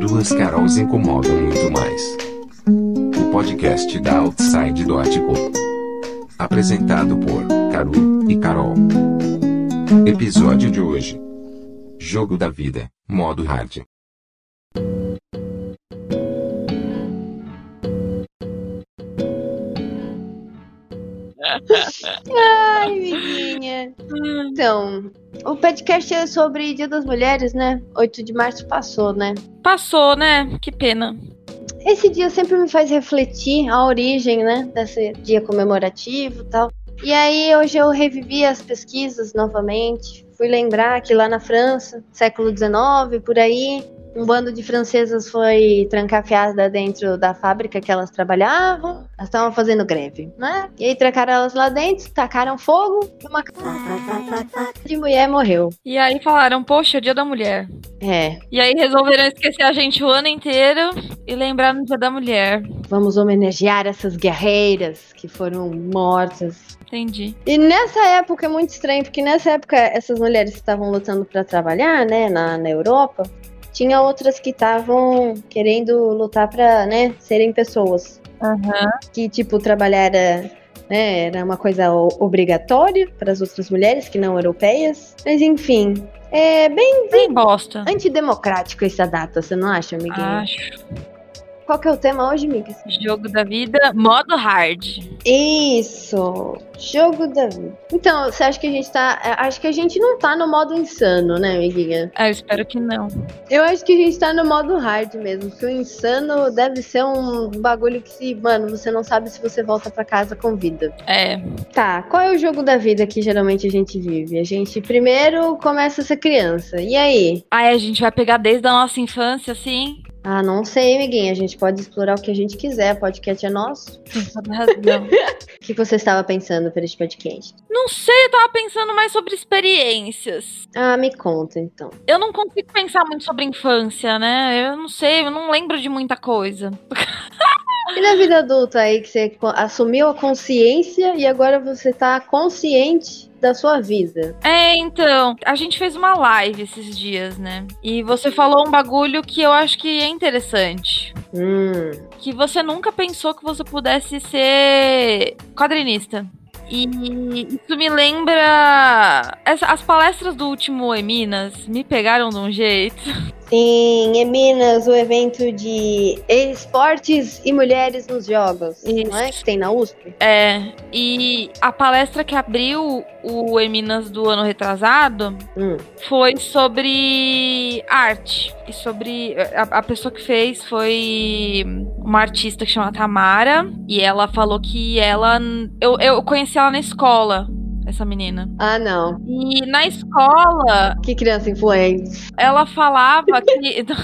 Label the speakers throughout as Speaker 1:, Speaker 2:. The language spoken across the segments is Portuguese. Speaker 1: Duas Carols incomodam muito mais. O podcast da Outside do Ático. Apresentado por Caru e Carol. Episódio de hoje: Jogo da Vida, modo hard.
Speaker 2: Ai, amiguinha. Então, o podcast é sobre Dia das Mulheres, né? 8 de março passou, né?
Speaker 3: Passou, né? Que pena.
Speaker 2: Esse dia sempre me faz refletir a origem, né? Desse dia comemorativo e tal. E aí, hoje eu revivi as pesquisas novamente. Fui lembrar que lá na França, século XIX, por aí, um bando de francesas foi trancafiada dentro da fábrica que elas trabalhavam. Elas estavam fazendo greve, né? E aí trancaram elas lá dentro, tacaram fogo e uma de mulher morreu.
Speaker 3: E aí falaram, poxa, dia da mulher.
Speaker 2: É,
Speaker 3: E aí resolveram esquecer a gente o ano inteiro e lembrar no dia da mulher.
Speaker 2: vamos homenagear essas guerreiras que foram mortas.
Speaker 3: Entendi.
Speaker 2: E nessa época é muito estranho, porque nessa época essas mulheres que estavam lutando para trabalhar, né, na, na Europa, tinha outras que estavam querendo lutar para, né, serem pessoas. Que, tipo, trabalhar era, né, era uma coisa o- obrigatória para as outras mulheres que não europeias. Mas, enfim, é bem
Speaker 3: Bem bosta.
Speaker 2: antidemocrático essa data, você não acha, amiguinha?
Speaker 3: Acho.
Speaker 2: Qual que é o tema hoje, amigas?
Speaker 3: Jogo da vida, modo hard.
Speaker 2: Isso! Jogo da vida. Então, você acha que a gente tá. é, Acho que a gente não tá no modo insano, né, amiguinha?
Speaker 3: Ah, eu espero que não.
Speaker 2: Eu acho que a gente tá no modo hard mesmo. Porque o insano deve ser um bagulho que se. Mano, você não sabe se você volta pra casa com vida.
Speaker 3: É.
Speaker 2: Tá, qual é o jogo da vida que geralmente a gente vive? A gente primeiro começa a ser criança. E aí?
Speaker 3: Aí a gente vai pegar desde a nossa infância, assim.
Speaker 2: Ah, não sei, amiguinha. A gente pode explorar o que a gente quiser. Podcast é nosso.
Speaker 3: Tem toda razão.
Speaker 2: O que você estava pensando para este podcast?
Speaker 3: não sei, eu tava pensando mais sobre experiências.
Speaker 2: Ah, me conta então.
Speaker 3: Eu não consigo pensar muito sobre infância, né? Eu não sei, eu não lembro de muita coisa.
Speaker 2: E na vida adulta aí que você co- assumiu a consciência e agora você tá consciente da sua vida.
Speaker 3: É, então, a gente fez uma live esses dias, né? E você falou um bagulho que eu acho que é interessante.
Speaker 2: Hum.
Speaker 3: Que você nunca pensou que você pudesse ser quadrinista. E isso me lembra. essa- as palestras do último Eminas me pegaram de um jeito.
Speaker 2: Sim, em Minas, o evento de esportes e mulheres nos jogos. Não é
Speaker 3: Isso.
Speaker 2: que tem na USP?
Speaker 3: É. E a palestra que abriu o Eminas do ano retrasado
Speaker 2: Hum.
Speaker 3: foi sobre arte. E sobre. A, a pessoa que fez foi uma artista que chama Tamara. E ela falou que ela. Eu, eu conheci ela na escola, essa menina.
Speaker 2: Ah, não.
Speaker 3: E na escola,
Speaker 2: Que criança influente.
Speaker 3: ela falava que.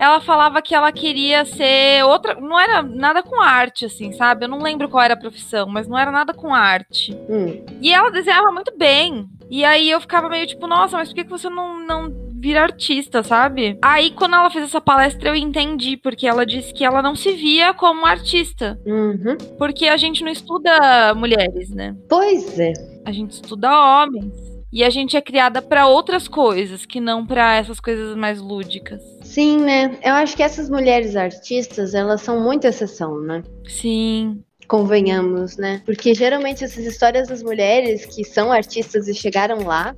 Speaker 3: Ela falava que ela queria ser outra. Não era nada com arte, assim, sabe? Eu não lembro qual era a profissão, mas não era nada com arte.
Speaker 2: Hum.
Speaker 3: E ela desenhava muito bem. E aí eu ficava meio tipo, nossa, mas por que que você não, não vira artista, sabe? Aí quando ela fez essa palestra eu entendi, porque ela disse que ela não se via como artista.
Speaker 2: Uhum.
Speaker 3: Porque a gente não estuda mulheres, né?
Speaker 2: Pois é.
Speaker 3: A gente estuda homens. E a gente é criada pra outras coisas, que não pra essas coisas mais lúdicas.
Speaker 2: Sim, né? Eu acho que essas mulheres artistas, elas são muita exceção, né?
Speaker 3: Sim.
Speaker 2: convenhamos, né? Porque geralmente essas histórias das mulheres que são artistas e chegaram lá,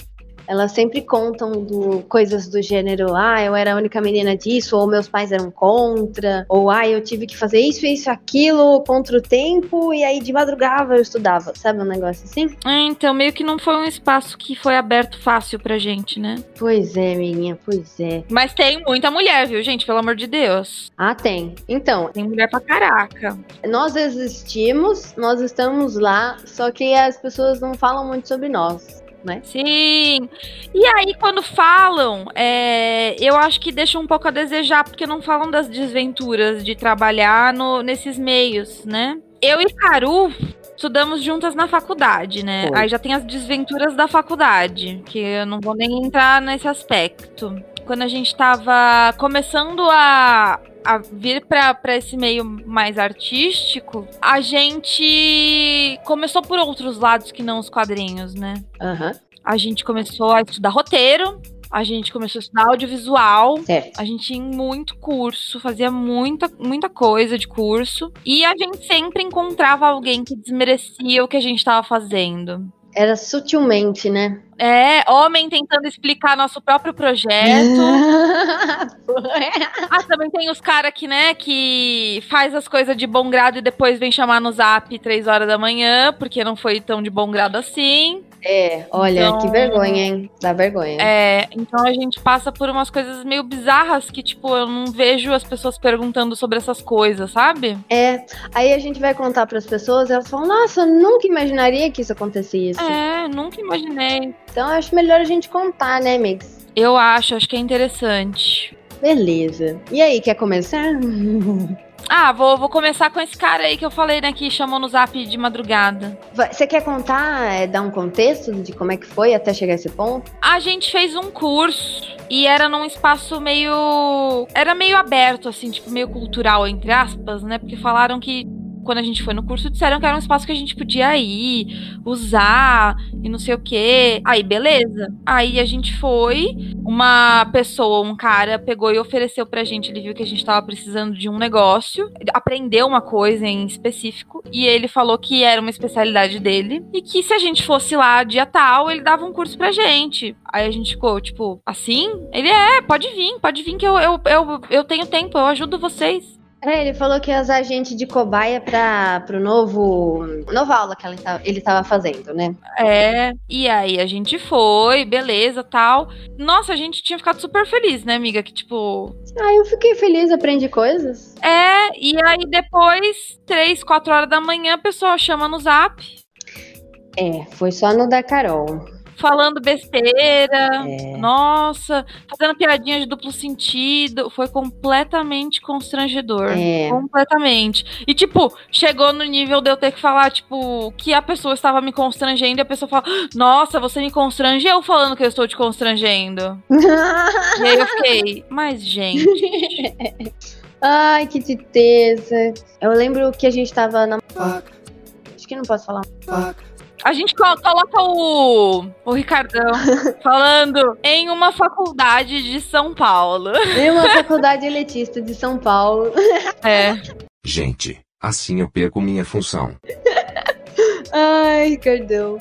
Speaker 2: elas sempre contam do, coisas do gênero, ah, eu era a única menina disso, ou meus pais eram contra, ou ah, eu tive que fazer isso, isso, aquilo, contra o tempo, e aí de madrugada eu estudava, sabe um negócio assim?
Speaker 3: É, Então, meio que não foi um espaço que foi aberto fácil pra gente, né?
Speaker 2: Pois é, menina, pois é.
Speaker 3: Mas tem muita mulher, viu, gente? Pelo amor de Deus.
Speaker 2: Ah, tem. Então,
Speaker 3: Tem mulher pra caraca.
Speaker 2: nós existimos, nós estamos lá, só que as pessoas não falam muito sobre nós.
Speaker 3: Sim. E aí, quando falam, é, eu acho que deixa um pouco a desejar, porque não falam das desventuras de trabalhar no- nesses meios, né? Eu e Caru estudamos juntas na faculdade, né?
Speaker 2: Foi.
Speaker 3: Aí já tem as desventuras da faculdade, que eu não vou nem entrar nesse aspecto. Quando a gente tava começando a, a vir pra pra esse meio mais artístico, a gente começou por outros lados que não os quadrinhos, né?
Speaker 2: Aham.
Speaker 3: a gente começou a estudar roteiro, a gente começou a estudar audiovisual.
Speaker 2: Certo.
Speaker 3: A gente tinha muito curso, fazia muita, muita coisa de curso. E a gente sempre encontrava alguém que desmerecia o que a gente estava fazendo.
Speaker 2: Era sutilmente, né?
Speaker 3: É, homem tentando explicar nosso próprio projeto. ah, também tem os caras que, né, que faz as coisas de bom grado e depois vem chamar no zap três horas da manhã, porque não foi tão de bom grado assim.
Speaker 2: é, olha,
Speaker 3: Então-
Speaker 2: que vergonha, hein? Dá vergonha.
Speaker 3: É, então a gente passa por umas coisas meio bizarras que, tipo, eu não vejo as pessoas perguntando sobre essas coisas, sabe?
Speaker 2: É, aí a gente vai contar pras pessoas, elas falam, nossa, eu nunca imaginaria que isso acontecesse.
Speaker 3: É, nunca imaginei.
Speaker 2: Então eu acho melhor a gente contar, né, Mix?
Speaker 3: Eu acho, acho que é interessante.
Speaker 2: Beleza. E aí, quer começar?
Speaker 3: Ah, vou, vou começar com esse cara aí que eu falei, né, que chamou no zap de madrugada.
Speaker 2: Vai- Você quer contar, é, dar um contexto de como é que foi até chegar a esse ponto?
Speaker 3: A gente fez um curso e era num espaço meio. Era meio aberto, assim, tipo, meio cultural, entre aspas, né? Porque falaram que. Quando a gente foi no curso, disseram que era um espaço que a gente podia ir, usar e não sei o quê. Aí, beleza. Aí a gente foi, uma pessoa, um cara, pegou e ofereceu pra gente. Ele viu que a gente tava precisando de um negócio, ele aprendeu uma coisa em específico, e ele falou que era uma especialidade dele. E que se a gente fosse lá dia tal, ele dava um curso pra gente. Aí a gente ficou, tipo, assim? Ele é, pode vir, pode vir que eu, eu, eu, eu tenho tempo, eu ajudo vocês.
Speaker 2: É, ele falou que ia usar a gente de cobaia para pro novo nova aula que ela ta- ele tava fazendo, né?
Speaker 3: É. E aí a gente foi, beleza, tal. Nossa, a gente tinha ficado super feliz, né, amiga? Que, tipo,
Speaker 2: Ah, eu fiquei feliz, aprendi coisas.
Speaker 3: É, e aí depois, três, quatro horas da manhã, a pessoa chama no zap,
Speaker 2: É, foi só no da Carol.
Speaker 3: falando besteira,
Speaker 2: É.
Speaker 3: nossa, fazendo piadinha de duplo sentido. Foi completamente constrangedor.
Speaker 2: É.
Speaker 3: Completamente. E, tipo, chegou no nível de eu ter que falar, tipo, que a pessoa estava me constrangendo e a pessoa fala: "Ah, Nossa, você me constrangeu falando que eu estou te constrangendo. E aí eu fiquei, mas, gente.
Speaker 2: Ai, que tristeza. Eu lembro que a gente tava na. Acho que não posso falar.
Speaker 3: A gente co- coloca o, o Ricardão falando em uma faculdade de São Paulo.
Speaker 2: Em uma faculdade elitista de São Paulo.
Speaker 3: É.
Speaker 1: Gente, assim eu perco minha função.
Speaker 2: Ai, perdão.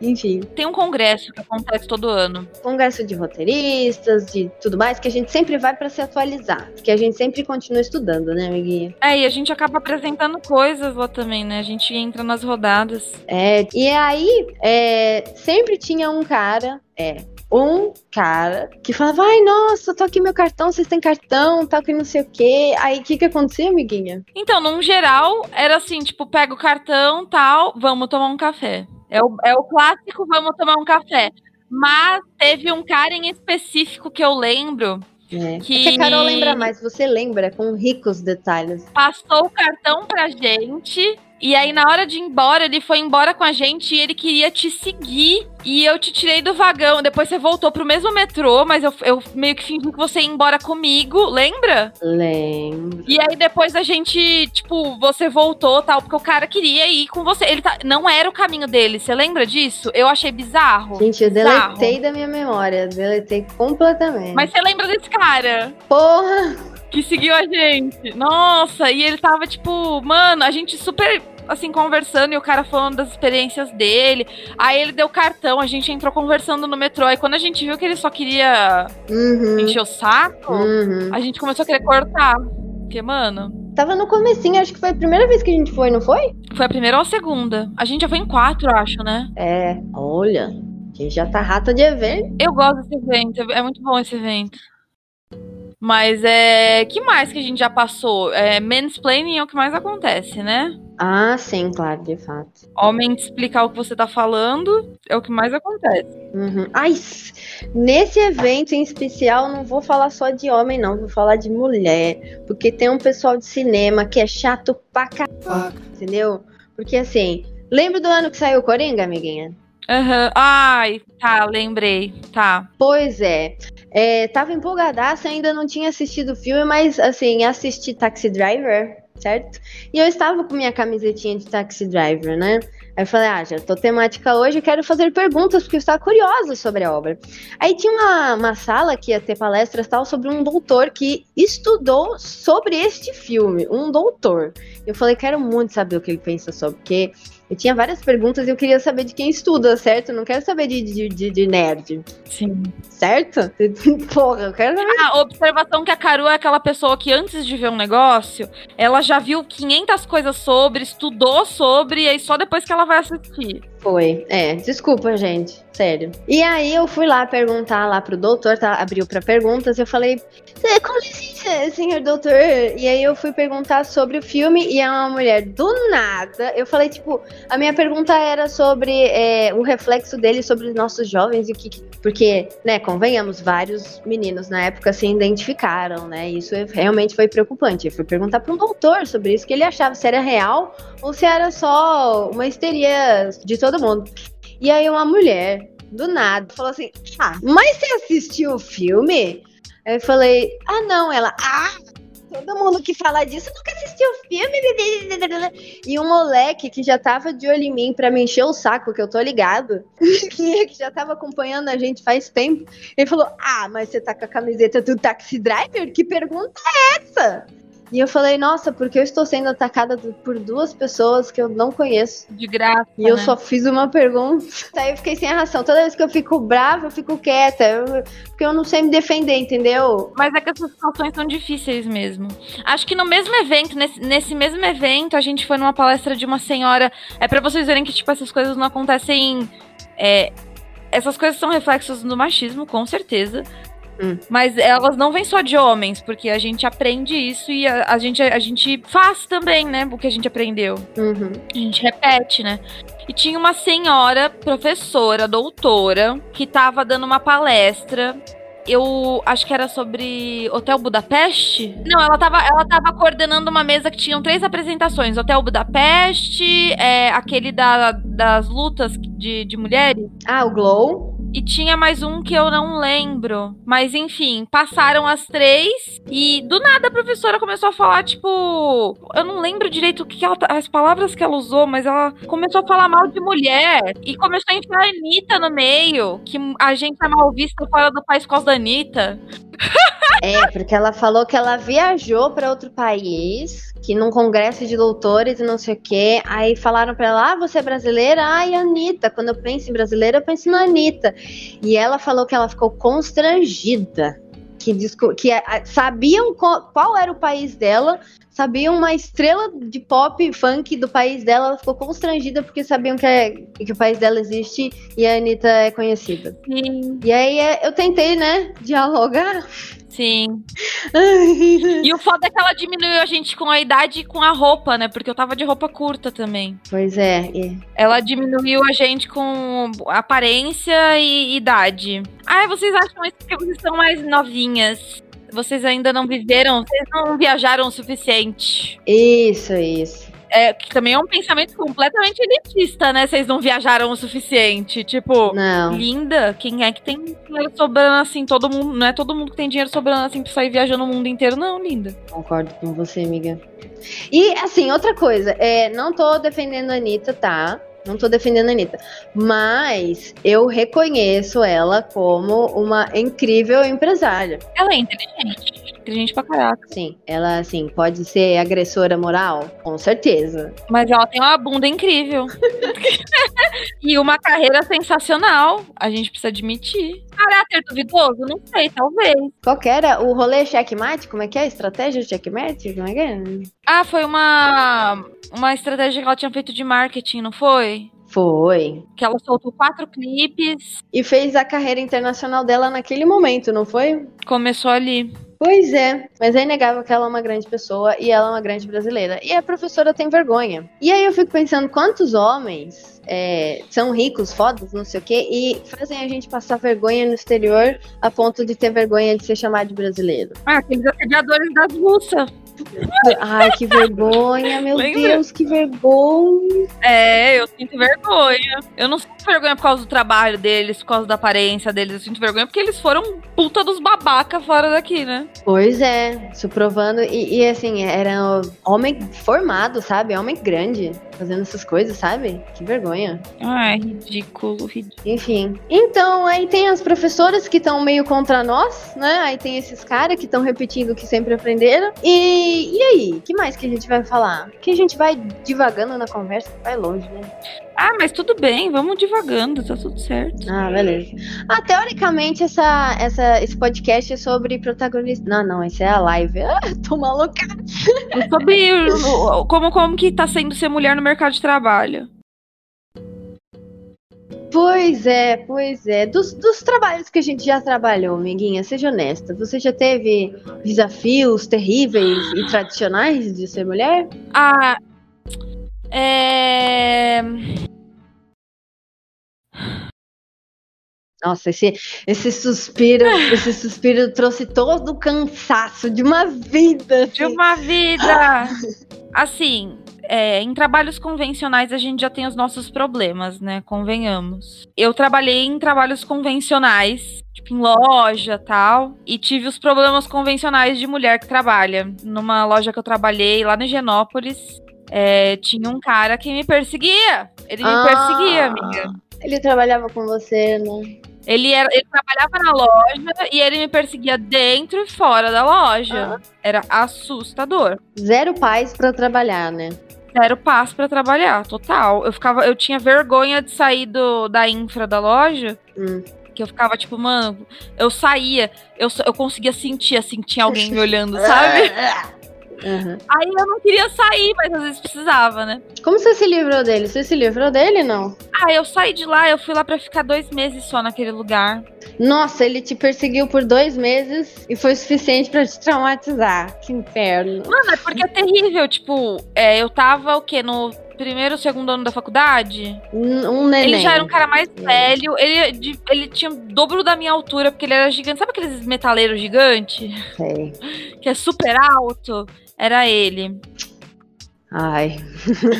Speaker 2: Enfim,
Speaker 3: Tem um congresso que acontece todo ano.
Speaker 2: congresso de roteiristas, de tudo mais, que a gente sempre vai pra se atualizar. Que a gente sempre continua estudando, né, amiguinha?
Speaker 3: É, e a gente acaba apresentando coisas lá também, né? A gente entra nas rodadas.
Speaker 2: É, e aí, é, sempre tinha um cara, é, um cara que falava, ai, nossa, tô aqui meu cartão, vocês têm cartão, tal, que não sei o quê. Aí, o que que acontecia, amiguinha?
Speaker 3: Então, num geral, era assim, tipo, pega o cartão, tal, vamos tomar um café. É o, é o clássico, vamos tomar um café. Mas teve um cara em específico que eu lembro
Speaker 2: É.
Speaker 3: Que-
Speaker 2: É que a Carol lembra mais, você lembra, com ricos detalhes.
Speaker 3: passou o cartão pra gente. E aí, na hora de ir embora, ele foi embora com a gente e ele queria te seguir. E eu te tirei do vagão. Depois você voltou pro mesmo metrô, mas eu, eu meio que fingi que você ia embora comigo, lembra?
Speaker 2: Lembro.
Speaker 3: E aí depois a gente, tipo, você voltou tal, porque o cara queria ir com você. Ele tá- não era o caminho dele, você lembra disso? Eu achei bizarro.
Speaker 2: Gente, eu
Speaker 3: Bizarro.
Speaker 2: deletei da minha memória, deletei completamente.
Speaker 3: Mas você lembra desse cara?
Speaker 2: porra!
Speaker 3: que seguiu a gente. Nossa, e ele tava tipo, mano, a gente super assim conversando e o cara falando das experiências dele. Aí ele deu cartão, a gente entrou conversando no metrô e quando a gente viu que ele só queria
Speaker 2: Uhum,
Speaker 3: encher o saco,
Speaker 2: uhum.
Speaker 3: a gente começou a querer cortar. Porque, mano,
Speaker 2: Tava no comecinho, acho que foi a primeira vez que a gente foi, não foi?
Speaker 3: foi a primeira ou a segunda? A gente já foi em quatro, eu acho, né?
Speaker 2: É, olha, a gente já tá rata de evento.
Speaker 3: Eu gosto desse evento, é muito bom esse evento. Mas é. que mais que a gente já passou? É, mansplaining é o que mais acontece, né?
Speaker 2: Ah, sim, claro, de fato.
Speaker 3: homem te explicar o que você tá falando é o que mais acontece.
Speaker 2: Uhum. Ai, s- nesse evento em especial, não vou falar só de homem, não, vou falar de mulher. Porque tem um pessoal de cinema que é chato pra caralho, entendeu? Porque assim, lembra do ano que saiu o Coringa, amiguinha?
Speaker 3: Aham. Ai, tá, lembrei. Tá.
Speaker 2: Pois é. é tava empolgadaça, ainda não tinha assistido o filme, mas assim, assisti Taxi Driver, certo? E eu estava com minha camisetinha de Taxi Driver, né? Aí eu falei, ah, já tô temática hoje, eu quero fazer perguntas, porque eu estava curiosa sobre a obra. Aí tinha uma, uma sala que ia ter palestras tal, sobre um doutor que estudou sobre este filme, um doutor. Eu falei, quero muito saber o que ele pensa sobre, porque eu tinha várias perguntas e eu queria saber de quem estuda, certo? Eu não quero saber de, de, de, de nerd,
Speaker 3: Sim.
Speaker 2: certo? Porra, eu quero saber.
Speaker 3: A observação que a Caru é aquela pessoa que antes de ver um negócio, ela já viu 500 coisas sobre, estudou sobre, e aí só depois que ela vai assistir.
Speaker 2: Foi, é, desculpa, gente, sério. E aí eu fui lá perguntar lá pro doutor, tá? Abriu pra perguntas, eu falei, "Cê, com licença, senhor doutor. E aí eu fui perguntar sobre o filme e é uma mulher do nada. Eu falei, tipo, a minha pergunta era sobre é, o reflexo dele sobre os nossos jovens e o que. que- Porque, né, convenhamos, vários meninos na época se identificaram, né? Isso é- realmente foi preocupante. Eu fui perguntar pra um doutor sobre isso, que ele achava se era real ou se era é só uma histeria de todo mundo. E aí uma mulher, do nada, falou assim: Ah, mas você assistiu o filme? Aí eu falei, ah não, ela, ah, todo mundo que fala disso nunca assistiu o filme. E um moleque que já tava de olho em mim pra me encher o saco, que eu tô ligado, que já tava acompanhando a gente faz tempo, ele falou, ah, mas você tá com a camiseta do Taxi Driver? Que pergunta é essa? E eu falei, nossa, porque eu estou sendo atacada por duas pessoas que eu não conheço.
Speaker 3: De graça.
Speaker 2: E eu
Speaker 3: né?
Speaker 2: só fiz uma pergunta. Aí eu fiquei sem a ração. Toda vez que eu fico brava, eu fico quieta. eu- porque eu não sei me defender, entendeu?
Speaker 3: Mas é que essas situações são difíceis mesmo. Acho que no mesmo evento, nesse, nesse mesmo evento, a gente foi numa palestra de uma senhora. É pra vocês verem que, tipo, essas coisas não acontecem. é, essas coisas são reflexos do machismo, com certeza.
Speaker 2: Hum.
Speaker 3: Mas elas não vêm só de homens, porque a gente aprende isso e a, a gente, a gente faz também, né? O que a gente aprendeu.
Speaker 2: Uhum.
Speaker 3: A gente repete, né? E tinha uma senhora, professora, doutora, que tava dando uma palestra. Eu acho que era sobre Hotel Budapeste. Não, ela tava, ela tava coordenando uma mesa que tinham três apresentações: Hotel Budapeste, é, aquele da, das lutas de, de mulheres.
Speaker 2: Ah, o Glow.
Speaker 3: E tinha mais um que eu não lembro. Mas enfim, passaram as três e do nada a professora começou a falar, tipo. Eu não lembro direito o que que ela. tá- As palavras que ela usou, mas ela começou a falar mal de mulher. E começou a enfiar a Anitta no meio. Que a gente é mal vista fora do país por causa da Anitta.
Speaker 2: É, porque ela falou que ela viajou pra outro país, que num congresso de doutores e não sei o quê. Aí falaram pra ela: ah, você é brasileira? Ai, Anitta. Quando eu penso em brasileira, eu penso na Anitta. E ela falou que ela ficou constrangida. Que, discu- que a- a- sabiam co- qual era o país dela, sabiam uma estrela de pop e funk do país dela, ela ficou constrangida porque sabiam que, é- que o país dela existe e a Anitta é conhecida.
Speaker 3: Sim.
Speaker 2: E aí é, eu tentei, né, dialogar.
Speaker 3: Sim. E o foda é que ela diminuiu a gente com a idade e com a roupa, né? Porque eu tava de roupa curta também.
Speaker 2: Pois é, e
Speaker 3: Ela diminuiu a gente com aparência e idade. Ah, vocês acham isso porque vocês são mais novinhas. Vocês ainda não viveram, vocês não viajaram o suficiente.
Speaker 2: Isso, isso.
Speaker 3: É, que também é um pensamento completamente elitista, né? Vocês não viajaram o suficiente. Tipo,
Speaker 2: Não.
Speaker 3: linda, quem é que tem dinheiro sobrando assim? Todo mundo, não é todo mundo que tem dinheiro sobrando assim pra sair viajando o mundo inteiro, não, linda.
Speaker 2: Concordo com você, amiga. E, assim, outra coisa, é, não tô defendendo a Anitta, tá? Não tô defendendo a Anitta. Mas eu reconheço ela como uma incrível empresária.
Speaker 3: Ela é inteligente. Inteligente pra caraca.
Speaker 2: Sim, ela, assim, pode ser agressora moral? Com certeza.
Speaker 3: Mas ela tem uma bunda incrível. e uma carreira sensacional. A gente precisa admitir. Caráter duvidoso? Não sei, talvez.
Speaker 2: Qual que era o rolê checkmate? Como é que é? Estratégia de checkmate? Como é que é?
Speaker 3: Ah, foi uma, uma estratégia que ela tinha feito de marketing, não foi?
Speaker 2: Foi.
Speaker 3: Que ela soltou quatro clipes.
Speaker 2: E fez a carreira internacional dela naquele momento, não foi?
Speaker 3: Começou ali.
Speaker 2: Pois é, mas é inegável que ela é uma grande pessoa e ela é uma grande brasileira. E a professora tem vergonha. E aí eu fico pensando quantos homens é, são ricos, fodas, não sei o quê, e fazem a gente passar vergonha no exterior a ponto de ter vergonha de ser chamado de brasileiro.
Speaker 3: Ah, aqueles assediadores das russas.
Speaker 2: Ai, que vergonha, meu
Speaker 3: Lembra?
Speaker 2: Deus, que vergonha.
Speaker 3: É, eu sinto vergonha. Eu não sinto vergonha por causa do trabalho deles, por causa da aparência deles. Eu sinto vergonha porque eles foram puta dos babaca fora daqui, né?
Speaker 2: Pois é, isso provando. E, e, assim, era homem formado, sabe? Homem grande, fazendo essas coisas, sabe? Que vergonha.
Speaker 3: Ai, ridículo, ridículo.
Speaker 2: Enfim. Então, aí tem as professoras que estão meio contra nós, né? Aí tem esses caras que estão repetindo o que sempre aprenderam. E, e aí? que mais que a gente vai falar? Que a gente vai divagando na conversa, vai longe, né?
Speaker 3: Ah, mas tudo bem, vamos devagando, tá tudo certo.
Speaker 2: Ah, beleza. Ah, teoricamente, essa, essa, esse podcast é sobre protagonista. Não, não, esse é a live. Ah, tô maluca.
Speaker 3: É sobre o- o- como, como que tá sendo ser mulher no mercado de trabalho.
Speaker 2: Pois é, pois é. Dos, dos trabalhos que a gente já trabalhou, amiguinha, seja honesta. Você já teve desafios terríveis e tradicionais de ser mulher?
Speaker 3: Ah. É.
Speaker 2: Nossa, esse, esse suspiro, esse suspiro trouxe todo o cansaço de uma vida.
Speaker 3: De
Speaker 2: assim.
Speaker 3: uma vida. Assim, é, em trabalhos convencionais a gente já tem os nossos problemas, né? Convenhamos. Eu trabalhei em trabalhos convencionais, tipo em loja tal, e tive os problemas convencionais de mulher que trabalha. Numa loja que eu trabalhei lá no Genópolis, é, tinha um cara que me perseguia. Ele me
Speaker 2: Ah.
Speaker 3: perseguia, amiga.
Speaker 2: Ele trabalhava com você, né?
Speaker 3: Ele, era, ele trabalhava na loja e ele me perseguia dentro e fora da loja. Era assustador.
Speaker 2: Zero paz pra trabalhar, né?
Speaker 3: Zero passo pra trabalhar, total. Eu ficava, eu tinha vergonha de sair do, da infra da loja,
Speaker 2: Hum.
Speaker 3: que eu ficava tipo, mano, eu saía, eu, só- eu conseguia sentir assim que tinha alguém me olhando, sabe?
Speaker 2: Aham.
Speaker 3: Aí eu não queria sair, mas às vezes precisava, né?
Speaker 2: Como você se livrou dele? Você se livrou dele, não?
Speaker 3: Ah, eu saí de lá, eu fui lá pra ficar dois meses só naquele lugar.
Speaker 2: Nossa, ele te perseguiu por dois meses e foi suficiente pra te traumatizar. Que inferno.
Speaker 3: Mano, é porque é terrível, tipo, é, eu tava o quê? No primeiro, segundo ano da faculdade?
Speaker 2: Um um neném.
Speaker 3: Ele já era um cara mais
Speaker 2: É.
Speaker 3: velho, ele, de- ele tinha o dobro da minha altura, porque ele era gigante. Sabe aqueles metaleiros gigantes?
Speaker 2: Sei.
Speaker 3: que é super alto, era ele.
Speaker 2: Ai.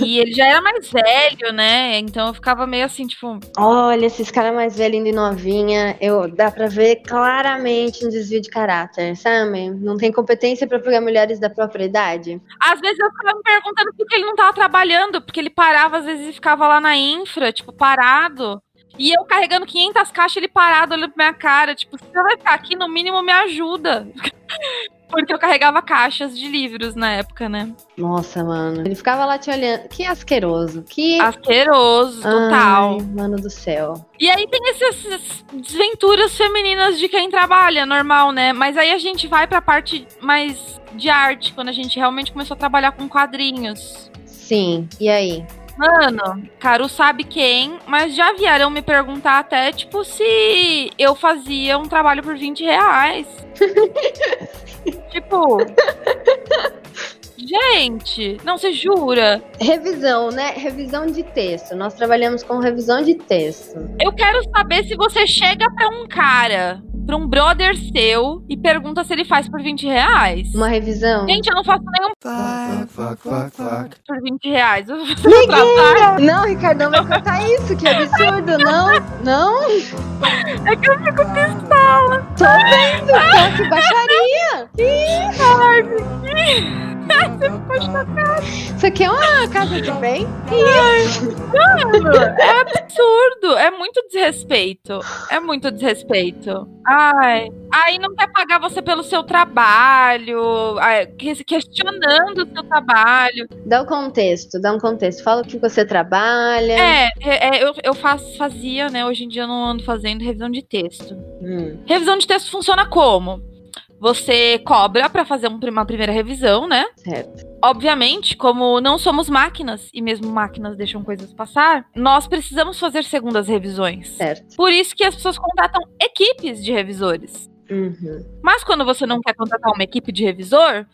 Speaker 3: E ele já era mais velho, né? Então eu ficava meio assim, tipo,
Speaker 2: Olha, esses caras mais velhinhos e novinha, eu, dá pra ver claramente um desvio de caráter, sabe? Não tem competência pra pegar mulheres da própria idade.
Speaker 3: às vezes eu ficava me perguntando por que ele não tava trabalhando, porque ele parava às vezes e ficava lá na infra, tipo, parado. E eu carregando 500 caixas, ele parado olhando pra minha cara, tipo, se você vai ficar aqui, no mínimo me ajuda. Porque eu carregava caixas de livros na época, né?
Speaker 2: Nossa, mano. Ele ficava lá te olhando. Que asqueroso. Que.
Speaker 3: Asqueroso, total.
Speaker 2: Ai, mano do céu.
Speaker 3: E aí tem essas essas desventuras femininas de quem trabalha, normal, né? Mas aí a gente vai pra parte mais de arte, quando a gente realmente começou a trabalhar com quadrinhos.
Speaker 2: Sim. E aí?
Speaker 3: Mano, Caru sabe quem, mas já vieram me perguntar até, tipo, se eu fazia um trabalho por 20 reais. tipo. Gente, não se jura.
Speaker 2: Revisão, né? Revisão de texto. Nós trabalhamos com revisão de texto.
Speaker 3: Eu quero saber se você chega pra um cara, pra um brother seu, e pergunta se ele faz por 20 reais.
Speaker 2: Uma revisão.
Speaker 3: Gente, eu não faço nenhum
Speaker 4: Fuck, fuck, fuck, fuck.
Speaker 3: por 20 reais. Eu faço um trabalho.
Speaker 2: Não, Ricardão vai cortar isso, que absurdo, não, não.
Speaker 3: É que eu fico pistola.
Speaker 2: Tô vendo, tô que baixaria. Ih, Isso aqui é uma casa de bem?
Speaker 3: É absurdo. É muito desrespeito. É muito desrespeito. Ai. Aí não quer pagar você pelo seu trabalho, ai, que- questionando o seu trabalho.
Speaker 2: Dá o contexto, dá um contexto. Fala o que você trabalha.
Speaker 3: É, é, é, eu, eu faço, fazia, né? Hoje em dia eu não ando fazendo revisão de texto.
Speaker 2: Hum,
Speaker 3: Revisão de texto funciona como? Você cobra pra fazer um- uma primeira revisão, né?
Speaker 2: certo.
Speaker 3: Obviamente, como não somos máquinas e mesmo máquinas deixam coisas passar, nós precisamos fazer segundas revisões.
Speaker 2: Certo.
Speaker 3: Por isso que as pessoas contratam equipes de revisores.
Speaker 2: Uhum.
Speaker 3: Mas quando você não quer contratar uma equipe de revisor,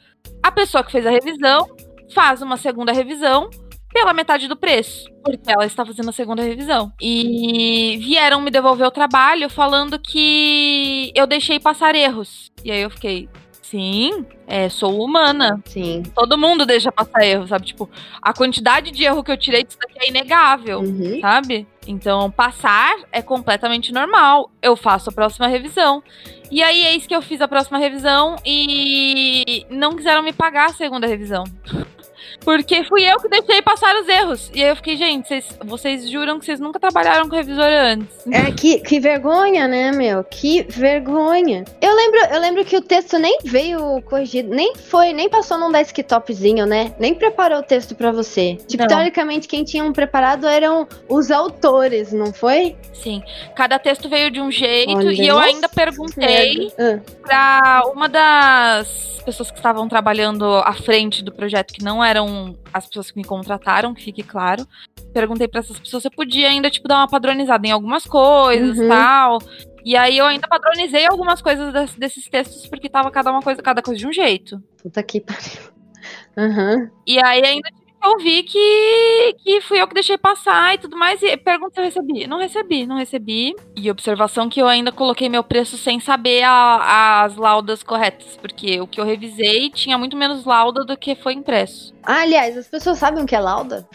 Speaker 3: a pessoa que fez a revisão faz uma segunda revisão pela metade do preço, porque ela está fazendo a segunda revisão. E vieram me devolver o trabalho falando que eu deixei passar erros. E aí eu fiquei, Sim, é, sou humana.
Speaker 2: Sim.
Speaker 3: Todo mundo deixa passar erro, sabe? Tipo, a quantidade de erro que eu tirei disso daqui é inegável,
Speaker 2: Uhum.
Speaker 3: sabe? Então, passar é completamente normal. Eu faço a próxima revisão. E aí, eis que eu fiz a próxima revisão e não quiseram me pagar a segunda revisão. Porque fui eu que deixei passar os erros. E aí eu fiquei, gente, vocês, vocês juram que vocês nunca trabalharam com revisor antes.
Speaker 2: É, que, que vergonha, né, meu? Que vergonha. Eu lembro, eu lembro que o texto nem veio corrigido, nem foi, nem passou num desktopzinho, né? Nem preparou o texto pra você. Tipo,
Speaker 3: Não.
Speaker 2: teoricamente, quem tinha um preparado eram os autores, não foi?
Speaker 3: Sim. Cada texto veio de um jeito
Speaker 2: Olha,
Speaker 3: e eu
Speaker 2: nossa
Speaker 3: ainda perguntei.
Speaker 2: Merda. Ah,
Speaker 3: pra uma das pessoas que estavam trabalhando à frente do projeto, que não eram as pessoas que me contrataram, que fique claro. Perguntei pra essas pessoas se eu podia ainda, tipo, dar uma padronizada em algumas coisas e
Speaker 2: Uhum.
Speaker 3: tal. E aí eu ainda padronizei algumas coisas des- desses textos, porque tava cada uma coisa, cada coisa de um jeito.
Speaker 2: puta que pariu. Aham.
Speaker 3: E aí ainda tive que ouvir que, que fui eu que deixei passar e tudo mais. E pergunta se eu recebi. Não recebi, não recebi. E observação que eu ainda coloquei meu preço sem saber a- as laudas corretas. Porque o que eu revisei tinha muito menos lauda do que foi impresso.
Speaker 2: Ah, aliás, as pessoas sabem o que é lauda?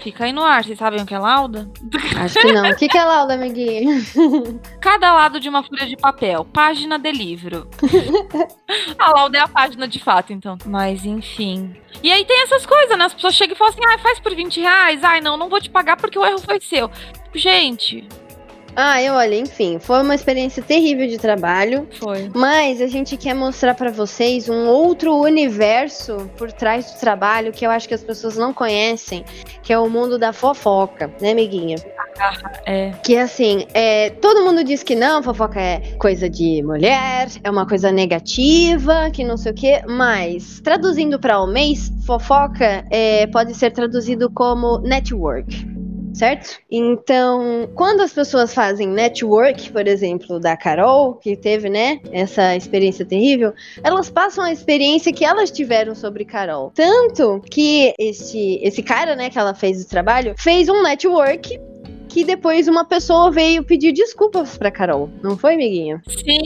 Speaker 3: Fica aí no ar, vocês sabem o que é lauda?
Speaker 2: Acho que não. O que, que é lauda, amiguinho?
Speaker 3: Cada lado de uma folha de papel, página de livro. a lauda é a página de fato, então. Mas enfim. E aí tem essas coisas, né? As pessoas chegam e falam assim: ai, faz por 20 reais, ai, não, não vou te pagar porque o erro foi seu. Tipo, Gente,
Speaker 2: Ah, eu olha, enfim, foi uma experiência terrível de trabalho.
Speaker 3: foi.
Speaker 2: Mas a gente quer mostrar pra vocês um outro universo por trás do trabalho que eu acho que as pessoas não conhecem, que é o mundo da fofoca, né, amiguinha?
Speaker 3: É.
Speaker 2: Que assim, é, todo mundo diz que não, fofoca é coisa de mulher, é uma coisa negativa, que não sei o quê, mas traduzindo pra almês, fofoca é, pode ser traduzido como network. Certo? Então, quando as pessoas fazem network, por exemplo, da Carol, que teve, né, essa experiência terrível, elas passam a experiência que elas tiveram sobre Carol. Tanto que este, esse cara, né, que ela fez o trabalho, fez um network que depois uma pessoa veio pedir desculpas pra Carol, não foi, amiguinho?
Speaker 3: Sim.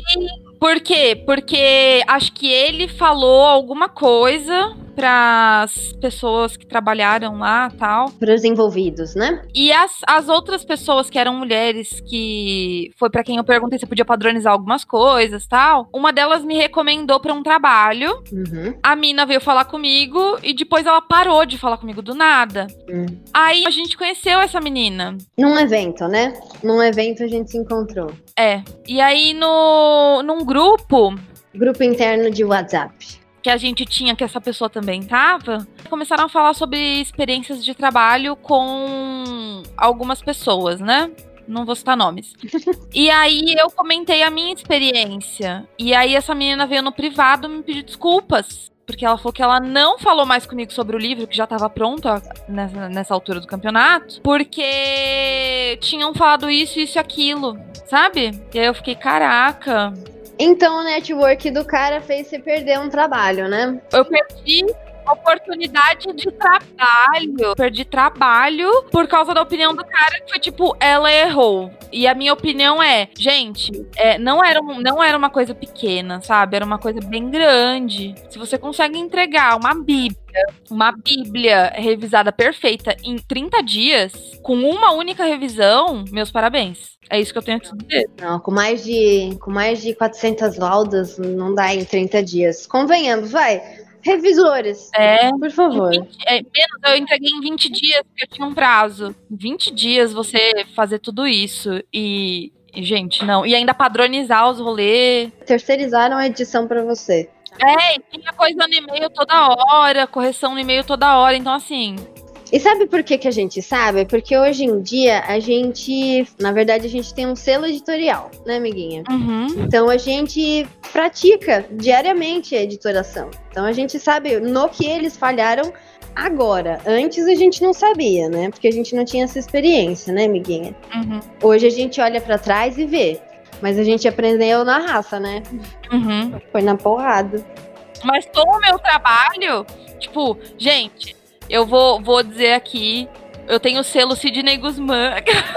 Speaker 3: Por quê? Porque acho que ele falou alguma coisa pras pessoas que trabalharam lá tal.
Speaker 2: Para os envolvidos, né?
Speaker 3: E as, as outras pessoas que eram mulheres, que foi pra quem eu perguntei se eu podia padronizar algumas coisas tal. Uma delas me recomendou pra um trabalho.
Speaker 2: Uhum.
Speaker 3: A mina veio falar comigo e depois ela parou de falar comigo do nada.
Speaker 2: Hum.
Speaker 3: Aí a gente conheceu essa menina.
Speaker 2: Num evento, né? Num evento a gente se encontrou.
Speaker 3: É. E aí no, num grupo
Speaker 2: Grupo interno de WhatsApp.
Speaker 3: que a gente tinha, que essa pessoa também tava, começaram a falar sobre experiências de trabalho com algumas pessoas, né? Não vou citar nomes. e aí eu comentei a minha experiência. E aí essa menina veio no privado me pedir desculpas. Porque ela falou que ela não falou mais comigo sobre o livro, que já tava pronto ó, nessa, nessa altura do campeonato. Porque tinham falado isso, isso e aquilo, sabe? E aí eu fiquei, caraca.
Speaker 2: Então o network do cara fez você perder um trabalho, né?
Speaker 3: Eu perdi oportunidade de trabalho. Perdi trabalho por causa da opinião do cara que foi tipo, ela errou. E a minha opinião é, gente, é, não, era um- não era uma coisa pequena, sabe? Era uma coisa bem grande. Se você consegue entregar uma bíblia, uma bíblia revisada perfeita em 30 dias, com uma única revisão, meus parabéns. É isso que eu tenho que dizer.
Speaker 2: Não, com mais de com mais de 400 laudas não dá em 30 dias. Convenhamos, vai. Revisores,
Speaker 3: É.
Speaker 2: por favor.
Speaker 3: É, menos, eu entreguei em 20 dias, porque eu tinha um prazo. 20 dias você fazer tudo isso e. e, Gente, não. E ainda padronizar os rolês.
Speaker 2: Terceirizaram a edição pra você.
Speaker 3: É, e tinha coisa no e-mail toda hora, correção no e-mail toda hora. Então, assim,
Speaker 2: E sabe por que, que a gente sabe? Porque hoje em dia a gente, na verdade, a gente tem um selo editorial, né, amiguinha?
Speaker 3: uhum,
Speaker 2: Então a gente pratica diariamente a editoração. Então a gente sabe no que eles falharam agora. Antes a gente não sabia, né? Porque a gente não tinha essa experiência, né, amiguinha?
Speaker 3: uhum,
Speaker 2: Hoje a gente olha pra trás e vê. Mas a gente aprendeu na raça, né?
Speaker 3: uhum.
Speaker 2: Foi na porrada.
Speaker 3: Mas com o meu trabalho, tipo, gente, eu vou, vou dizer aqui, eu tenho o selo Sidney Guzmán.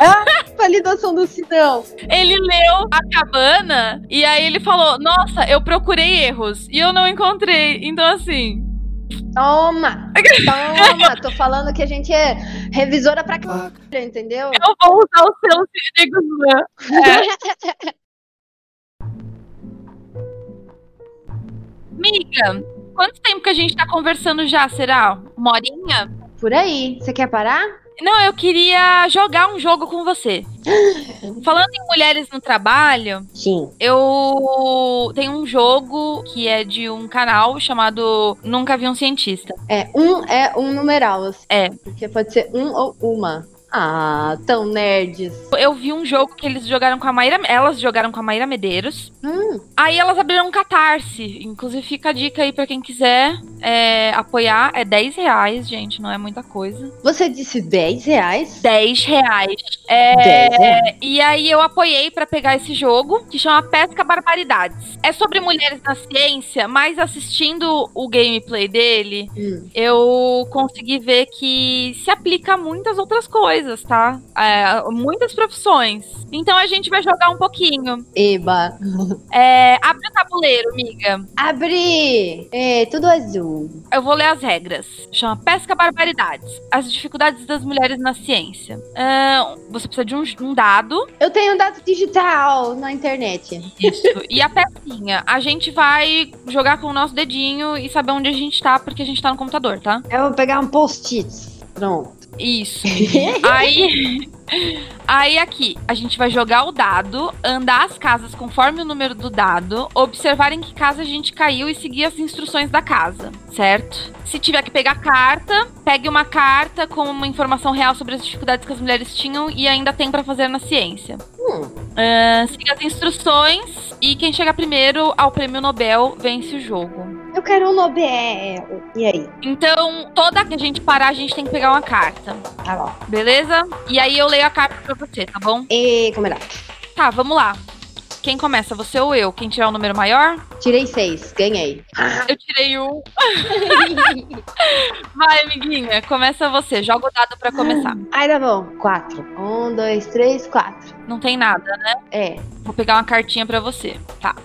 Speaker 2: validação do Sidão.
Speaker 3: Ele leu a cabana e aí ele falou: Nossa, eu procurei erros e eu não encontrei. Então, assim.
Speaker 2: Toma! Toma! Tô falando que a gente é revisora pra caralho, entendeu?
Speaker 3: Eu vou usar os seus inimigos, né? É. Miga, quanto tempo que a gente tá conversando já? Será? Uma horinha?
Speaker 2: Por aí. Você quer parar?
Speaker 3: Não, eu queria jogar um jogo com você. Falando em mulheres no trabalho,
Speaker 2: Sim.
Speaker 3: eu tenho um jogo que é de um canal chamado Nunca Vi um Cientista.
Speaker 2: É, um é um numeral, assim.
Speaker 3: É.
Speaker 2: Porque pode ser um ou uma. Ah, tão nerds.
Speaker 3: Eu vi um jogo que eles jogaram com a Maíra. Elas jogaram com a Maíra Medeiros.
Speaker 2: Hum,
Speaker 3: Aí elas abriram um catarse. Inclusive, fica a dica aí pra quem quiser é, apoiar. É 10 reais, gente, não é muita coisa.
Speaker 2: você disse 10 reais? né?
Speaker 3: 10 reais. É,
Speaker 2: 10 reais.
Speaker 3: E aí eu apoiei pra pegar esse jogo, que chama Pesca Barbaridades. É sobre mulheres na ciência, mas assistindo o gameplay dele,
Speaker 2: Hum.
Speaker 3: eu consegui ver que se aplica a muitas outras coisas, tá? É, muitas profissões. Então a gente vai jogar um pouquinho.
Speaker 2: Eba.
Speaker 3: É, abre o tabuleiro, amiga.
Speaker 2: Abri! É, tudo azul.
Speaker 3: Eu vou ler as regras. Chama Pesca Barbaridades. As dificuldades das mulheres na ciência. Ah, você precisa de um, um dado.
Speaker 2: Eu tenho um dado digital na internet.
Speaker 3: Isso. e a pecinha. A gente vai jogar com o nosso dedinho e saber onde a gente tá, porque a gente tá no computador, tá?
Speaker 2: Eu vou pegar um post-it. Pronto.
Speaker 3: Isso. Aí. Aí aqui, a gente vai jogar o dado, andar as casas conforme o número do dado, observar em que casa a gente caiu e seguir as instruções da casa, certo? Se tiver que pegar carta, pegue uma carta com uma informação real sobre as dificuldades que as mulheres tinham e ainda tem pra fazer na ciência.
Speaker 2: Hum.
Speaker 3: Ah, siga as instruções e quem chegar primeiro ao prêmio Nobel vence o jogo.
Speaker 2: Eu quero um Nobel. E aí?
Speaker 3: Então, toda que a gente parar, a gente tem que pegar uma carta,
Speaker 2: Tá bom.
Speaker 3: beleza? E aí eu leio a carta pra você, tá bom?
Speaker 2: E é? combinado.
Speaker 3: Tá, vamos lá. Quem começa, você ou eu? Quem tirar o número maior?
Speaker 2: Tirei seis, ganhei.
Speaker 3: Eu tirei um. Vai, amiguinha, começa você. Joga o dado pra começar.
Speaker 2: Ai, tá bom. Quatro. Um, dois, três, quatro.
Speaker 3: Não tem nada.
Speaker 2: É.
Speaker 3: Vou pegar uma cartinha pra você. Tá.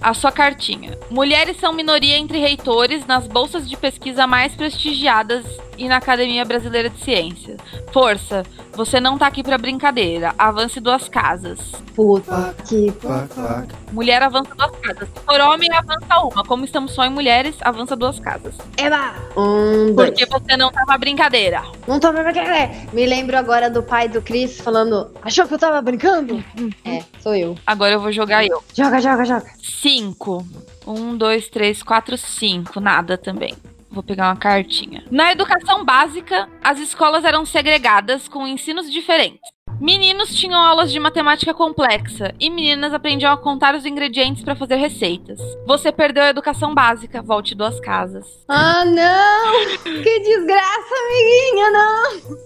Speaker 3: A sua cartinha. Mulheres são minoria entre reitores nas bolsas de pesquisa mais prestigiadas e na Academia Brasileira de Ciência. Força, você não tá aqui pra brincadeira. Avance duas casas.
Speaker 2: Puta que.
Speaker 4: quack, quack,
Speaker 3: Mulher avança duas casas. Se for homem, avança uma. Como estamos só em mulheres, avança duas casas.
Speaker 2: Eba! Um, dois.
Speaker 3: Porque você não tava brincadeira.
Speaker 2: Não tô pra querer. Me lembro agora do pai do Chris falando: Achou que eu tava brincando? É, sou eu.
Speaker 3: Agora eu vou jogar eu.
Speaker 2: Joga, joga, joga.
Speaker 3: Cinco. Um, dois, três, quatro, cinco. Nada também. Vou pegar uma cartinha. Na educação básica, as escolas eram segregadas com ensinos diferentes. Meninos tinham aulas de matemática complexa e meninas aprendiam a contar os ingredientes para fazer receitas. Você perdeu a educação básica, volte duas casas.
Speaker 2: Ah, não! Que desgraça, amiguinha, não!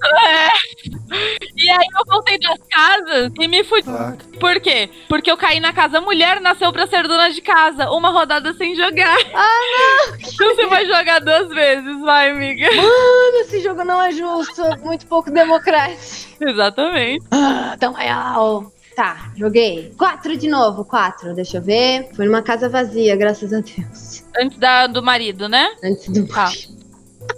Speaker 3: E aí eu voltei duas casas e me fui
Speaker 4: quack,
Speaker 3: Por quê? Porque eu caí na casa mulher, nasceu pra ser dona de casa. Uma rodada sem jogar. Ah, não! Então você vai jogar duas vezes, vai, amiga.
Speaker 2: Mano, esse jogo não é justo, é muito pouco democrático.
Speaker 3: Exatamente.
Speaker 2: Ah, tão real. Tá, joguei. Quatro de novo, quatro. Deixa eu ver. Foi numa casa vazia, graças a Deus.
Speaker 3: Antes da, do marido, né?
Speaker 2: Antes do.
Speaker 3: Tá.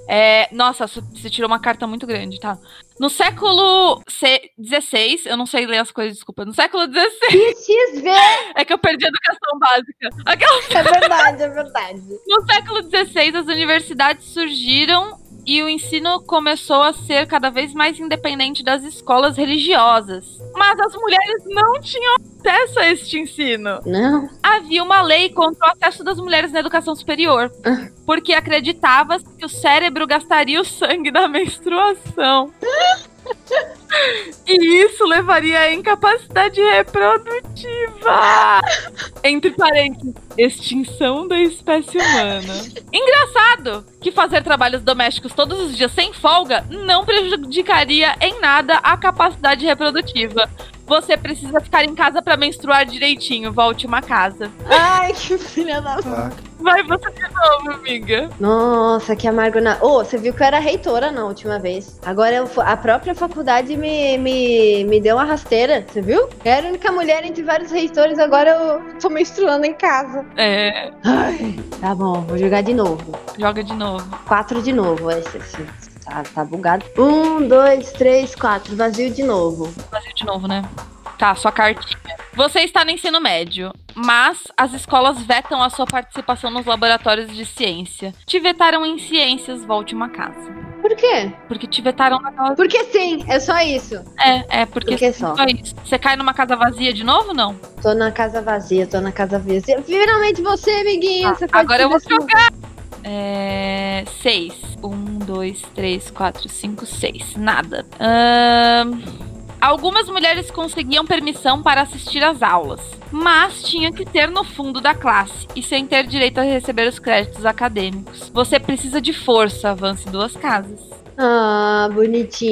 Speaker 3: É, nossa, su- você tirou uma carta muito grande, tá? No século XVI, eu não sei ler as coisas, desculpa. No século XVI
Speaker 2: XXV!
Speaker 3: é que eu perdi a educação básica. Aquela
Speaker 2: É verdade, é verdade.
Speaker 3: No século XVI, as universidades surgiram e o ensino começou a ser cada vez mais independente das escolas religiosas. Mas as mulheres não tinham acesso a este ensino.
Speaker 2: Não?
Speaker 3: Havia uma lei contra o acesso das mulheres na educação superior, porque acreditava que o cérebro gastaria o sangue da menstruação. E isso levaria à incapacidade reprodutiva. Entre parênteses, extinção da espécie humana. Engraçado que fazer trabalhos domésticos todos os dias sem folga não prejudicaria em nada a capacidade reprodutiva. Você precisa ficar em casa pra menstruar direitinho. Volte uma casa.
Speaker 2: Ai, que filha da.
Speaker 4: quack,
Speaker 3: Vai você, novo, amiga.
Speaker 2: Nossa, que amargo na. Ô, você viu que eu era reitora na última vez. Agora eu fu- a própria faculdade me, me, me deu uma rasteira, você viu? Eu era a única mulher entre vários reitores, agora eu tô menstruando em casa.
Speaker 3: É,
Speaker 2: Ai, tá bom, vou jogar de novo.
Speaker 3: joga de novo.
Speaker 2: Quatro de novo, esse, esse, tá, tá bugado. Um, dois, três, quatro, vazio de novo.
Speaker 3: Fazer de novo, né? Tá, sua cartinha. Você está no ensino médio, mas as escolas vetam a sua participação nos laboratórios de ciência. Te vetaram em ciências, volte uma casa.
Speaker 2: Por quê?
Speaker 3: Porque te vetaram naquela.
Speaker 2: Porque sim, é só isso.
Speaker 3: É, é, porque.
Speaker 2: Porque só.
Speaker 3: Só isso. Você cai numa casa vazia de novo, não?
Speaker 2: Tô na casa vazia, tô na casa vazia. Finalmente você, amiguinha.
Speaker 3: Tá,
Speaker 2: você pode
Speaker 3: agora eu
Speaker 2: tirar
Speaker 3: vou
Speaker 2: sua-
Speaker 3: É. Um, 6. 1, 2, 3, 4, 5, 6. Nada. Ahn, Algumas mulheres conseguiam permissão para assistir às aulas, mas tinha que ter no fundo da classe e sem ter direito a receber os créditos acadêmicos. Você precisa de força, avance duas casas.
Speaker 2: Ah,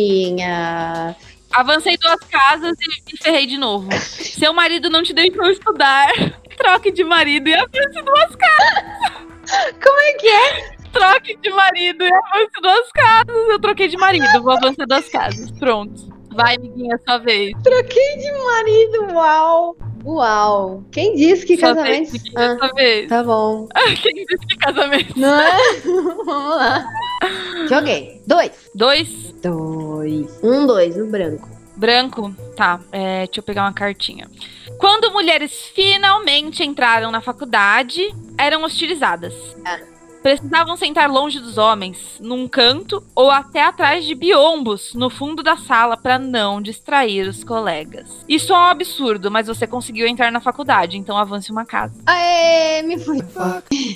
Speaker 2: bonitinha.
Speaker 3: Avancei duas casas e me ferrei de novo. Seu marido não te deixou estudar. Troque de marido e avance duas casas.
Speaker 2: Como
Speaker 3: é que é? Troque de marido e avance duas casas. Eu troquei de marido, vou avançar duas casas. Pronto. Vai, amiguinha, é sua vez.
Speaker 2: Troquei de marido, uau. Uau. Quem disse que
Speaker 3: Sua
Speaker 2: casamento...
Speaker 3: vez, amiguinha,
Speaker 2: Ah,
Speaker 3: É sua vez.
Speaker 2: tá bom.
Speaker 3: Quem disse que casamento?
Speaker 2: Não é? Vamos lá. Joguei. Dois.
Speaker 3: Dois,
Speaker 2: Dois. Um, dois, no branco.
Speaker 3: branco. Tá, é, deixa eu pegar uma cartinha. Quando mulheres finalmente entraram na faculdade, eram hostilizadas.
Speaker 2: Ah.
Speaker 3: Precisavam sentar longe dos homens, num canto ou até atrás de biombos, no fundo da sala, para não distrair os colegas. Isso é um absurdo, mas você conseguiu entrar na faculdade, então avance uma casa.
Speaker 2: Aê, me fui.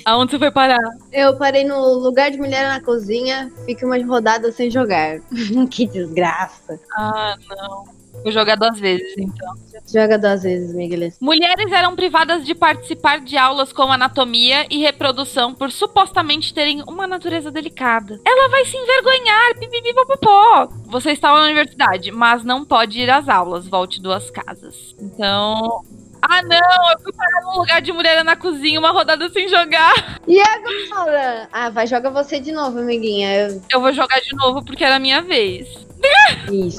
Speaker 3: Aonde você foi parar?
Speaker 2: Eu parei no lugar de mulher na cozinha, fiquei umas rodadas sem jogar. que desgraça.
Speaker 3: Ah, não. Vou jogar duas vezes, então.
Speaker 2: Joga duas vezes, Miguelis.
Speaker 3: Mulheres eram privadas de participar de aulas como anatomia e reprodução por supostamente terem uma natureza delicada. Ela vai se envergonhar, pipipipopopó. Você está na universidade, mas não pode ir às aulas, volte duas casas. Então. Ah, não, eu fui parar num lugar de mulher na cozinha, uma rodada sem jogar.
Speaker 2: Agora- Ah, vai, joga você de novo, amiguinha. Eu-
Speaker 3: Eu vou jogar de novo porque era a minha vez.
Speaker 2: Isso.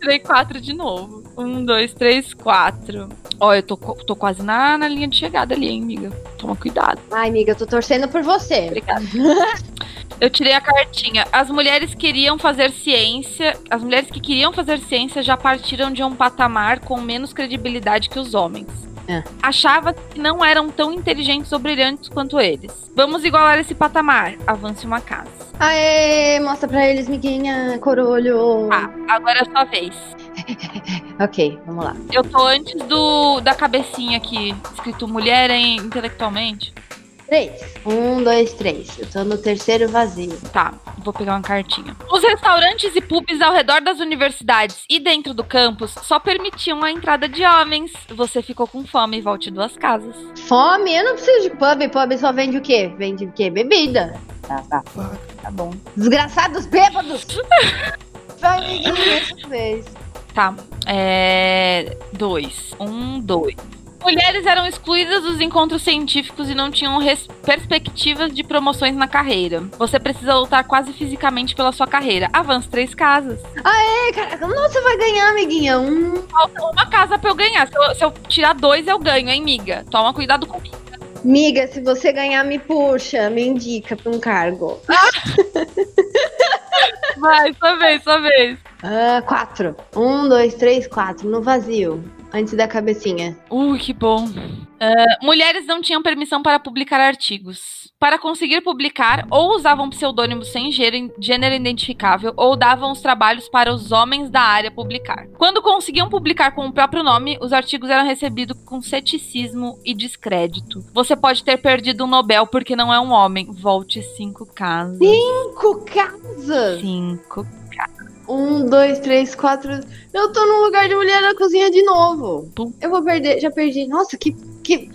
Speaker 3: Tirei quatro de novo. Um, dois, três, quatro. Ó, eu tô, co- tô quase na, na linha de chegada ali, hein, amiga. Toma cuidado.
Speaker 2: Ai, amiga, eu tô torcendo por você.
Speaker 3: Obrigada. Eu tirei a cartinha. As mulheres queriam fazer ciência. As mulheres que queriam fazer ciência já partiram de um patamar com menos credibilidade que os homens.
Speaker 2: É.
Speaker 3: Achava que não eram tão inteligentes ou brilhantes quanto eles. Vamos igualar esse patamar. Avance uma casa.
Speaker 2: Aê, mostra pra eles, miguinha, corolho.
Speaker 3: Tá, agora é a sua vez.
Speaker 2: Ok, vamos lá.
Speaker 3: Eu tô antes do da cabecinha aqui, escrito mulher em, intelectualmente.
Speaker 2: Três. Um, dois, três. Eu tô no terceiro vazio.
Speaker 3: Tá, vou pegar uma cartinha. Os restaurantes e pubs ao redor das universidades e dentro do campus só permitiam a entrada de homens. Você ficou com fome, volte duas casas.
Speaker 2: Fome? Eu não preciso de pub. Pub só vende o quê? Vende o quê? Bebida. Tá, tá, tá bom. Desgraçados bêbados! Vai, amiguinha, isso fez.
Speaker 3: Tá, é. Dois. Um, dois. Mulheres eram excluídas dos encontros científicos e não tinham res- perspectivas de promoções na carreira. Você precisa lutar quase fisicamente pela sua carreira. Avance três casas.
Speaker 2: Ei, É, caraca, nossa, vai ganhar, amiguinha. Um.
Speaker 3: Falta uma casa pra eu ganhar. Se eu, se eu tirar dois, eu ganho, hein, miga? Toma cuidado comigo.
Speaker 2: Miga, se você ganhar, me puxa, me indica pra um cargo.
Speaker 3: Vai, sua vez, sua vez.
Speaker 2: Ah, quatro. Um, dois, três, quatro. No vazio. Antes da cabecinha.
Speaker 3: Ui, que bom. Ah, mulheres não tinham permissão para publicar artigos. Para conseguir publicar, ou usavam pseudônimos sem gênero, gênero identificável, ou davam os trabalhos para os homens da área publicar. Quando conseguiam publicar com o próprio nome, os artigos eram recebidos com ceticismo e descrédito. Você pode ter perdido um Nobel porque não é um homem. Volte cinco casas.
Speaker 2: Cinco casas!
Speaker 3: Cinco.
Speaker 2: Um, dois, três, quatro. Eu tô no lugar de mulher na cozinha de novo.
Speaker 3: Pum.
Speaker 2: Eu vou perder, já perdi. Nossa, que. que...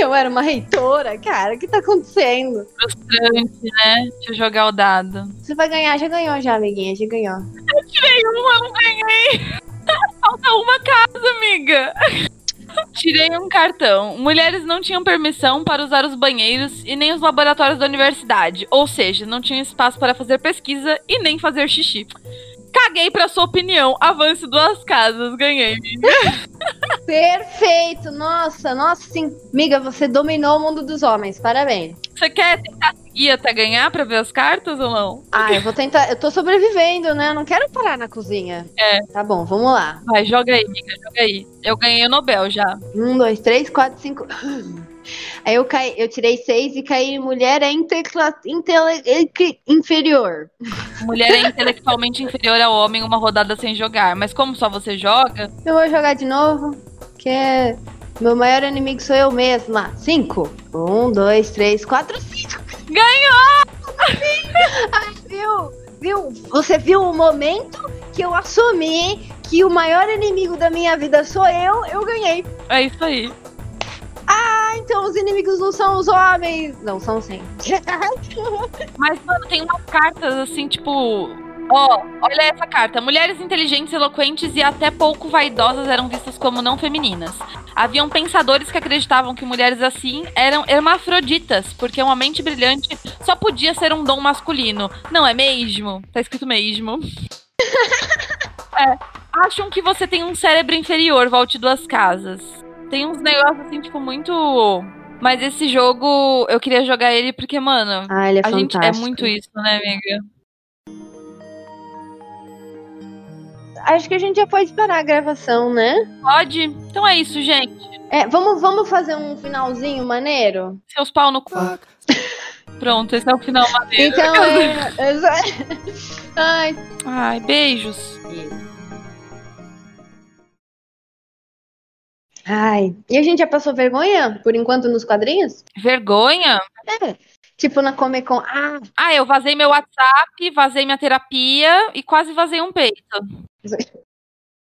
Speaker 2: Eu era uma reitora, cara. O que tá acontecendo?
Speaker 3: Frustrante, né? Deixa eu jogar o dado.
Speaker 2: Você vai ganhar, já ganhou, já, amiguinha, já ganhou.
Speaker 3: Tirei um, eu não ganhei. Falta uma casa, amiga. Tirei um cartão. Mulheres não tinham permissão para usar os banheiros e nem os laboratórios da universidade. Ou seja, não tinham espaço para fazer pesquisa e nem fazer xixi. Caguei pra sua opinião. Avance duas casas, ganhei.
Speaker 2: Perfeito! Nossa, nossa, sim. Miga, você dominou o mundo dos homens. Parabéns.
Speaker 3: Você quer tentar seguir até ganhar pra ver as cartas ou não?
Speaker 2: Ah, eu vou tentar. Eu tô sobrevivendo, né? Eu não quero parar na cozinha.
Speaker 3: É.
Speaker 2: Tá bom, vamos lá.
Speaker 3: Vai, joga aí, amiga, joga aí. Eu ganhei o Nobel já.
Speaker 2: Um, dois, três, quatro, cinco. Aí eu caí, eu tirei seis e caí em mulher é intecla- intele- inque- inferior.
Speaker 3: Mulher é intelectualmente inferior ao homem uma rodada sem jogar. Mas como só você joga,
Speaker 2: Eu vou jogar de novo, que é- meu maior inimigo sou eu mesma. Cinco. Um, dois, três, quatro, cinco. Ganhou! Ai, viu? Viu? Você viu o momento que eu assumi que o maior inimigo da minha vida sou eu, eu ganhei.
Speaker 3: é isso aí.
Speaker 2: Ah, então os inimigos não são os homens. Não, são sim.
Speaker 3: Mas, mano, tem umas cartas assim, tipo. Ó, olha essa carta. Mulheres inteligentes, eloquentes e até pouco vaidosas eram vistas como não femininas. Haviam pensadores que acreditavam que mulheres assim eram hermafroditas, porque uma mente brilhante só podia ser um dom masculino. Não é mesmo? Tá escrito mesmo. É. Acham que você tem um cérebro inferior, volte duas casas. Tem uns negócios assim, tipo, muito. Mas esse jogo, eu queria jogar ele porque, mano,
Speaker 2: Ah, ele é
Speaker 3: a gente
Speaker 2: fantástico.
Speaker 3: é muito isso, né, amiga?
Speaker 2: Acho que a gente já pode parar a gravação, né?
Speaker 3: Pode? Então é isso, gente.
Speaker 2: É, vamos, vamos fazer um finalzinho maneiro?
Speaker 3: Seus pau no cu.
Speaker 4: fuck.
Speaker 3: Pronto, esse é o final. maneiro.
Speaker 2: Então, é, é só- Ai,
Speaker 3: Ai, beijos.
Speaker 2: Ai, e a gente já passou vergonha, por enquanto, nos quadrinhos?
Speaker 3: Vergonha?
Speaker 2: É. Tipo na Comic Con. Ah,
Speaker 3: Ah, eu vazei meu WhatsApp, vazei minha terapia e quase vazei um peito.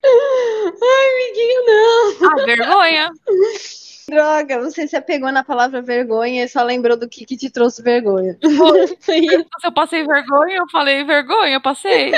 Speaker 2: ai, amiguinho, não.
Speaker 3: Ah, vergonha.
Speaker 2: Droga, você se apegou na palavra vergonha e só lembrou do que, que te trouxe vergonha.
Speaker 3: Então, Se eu passei vergonha, eu falei vergonha, eu passei.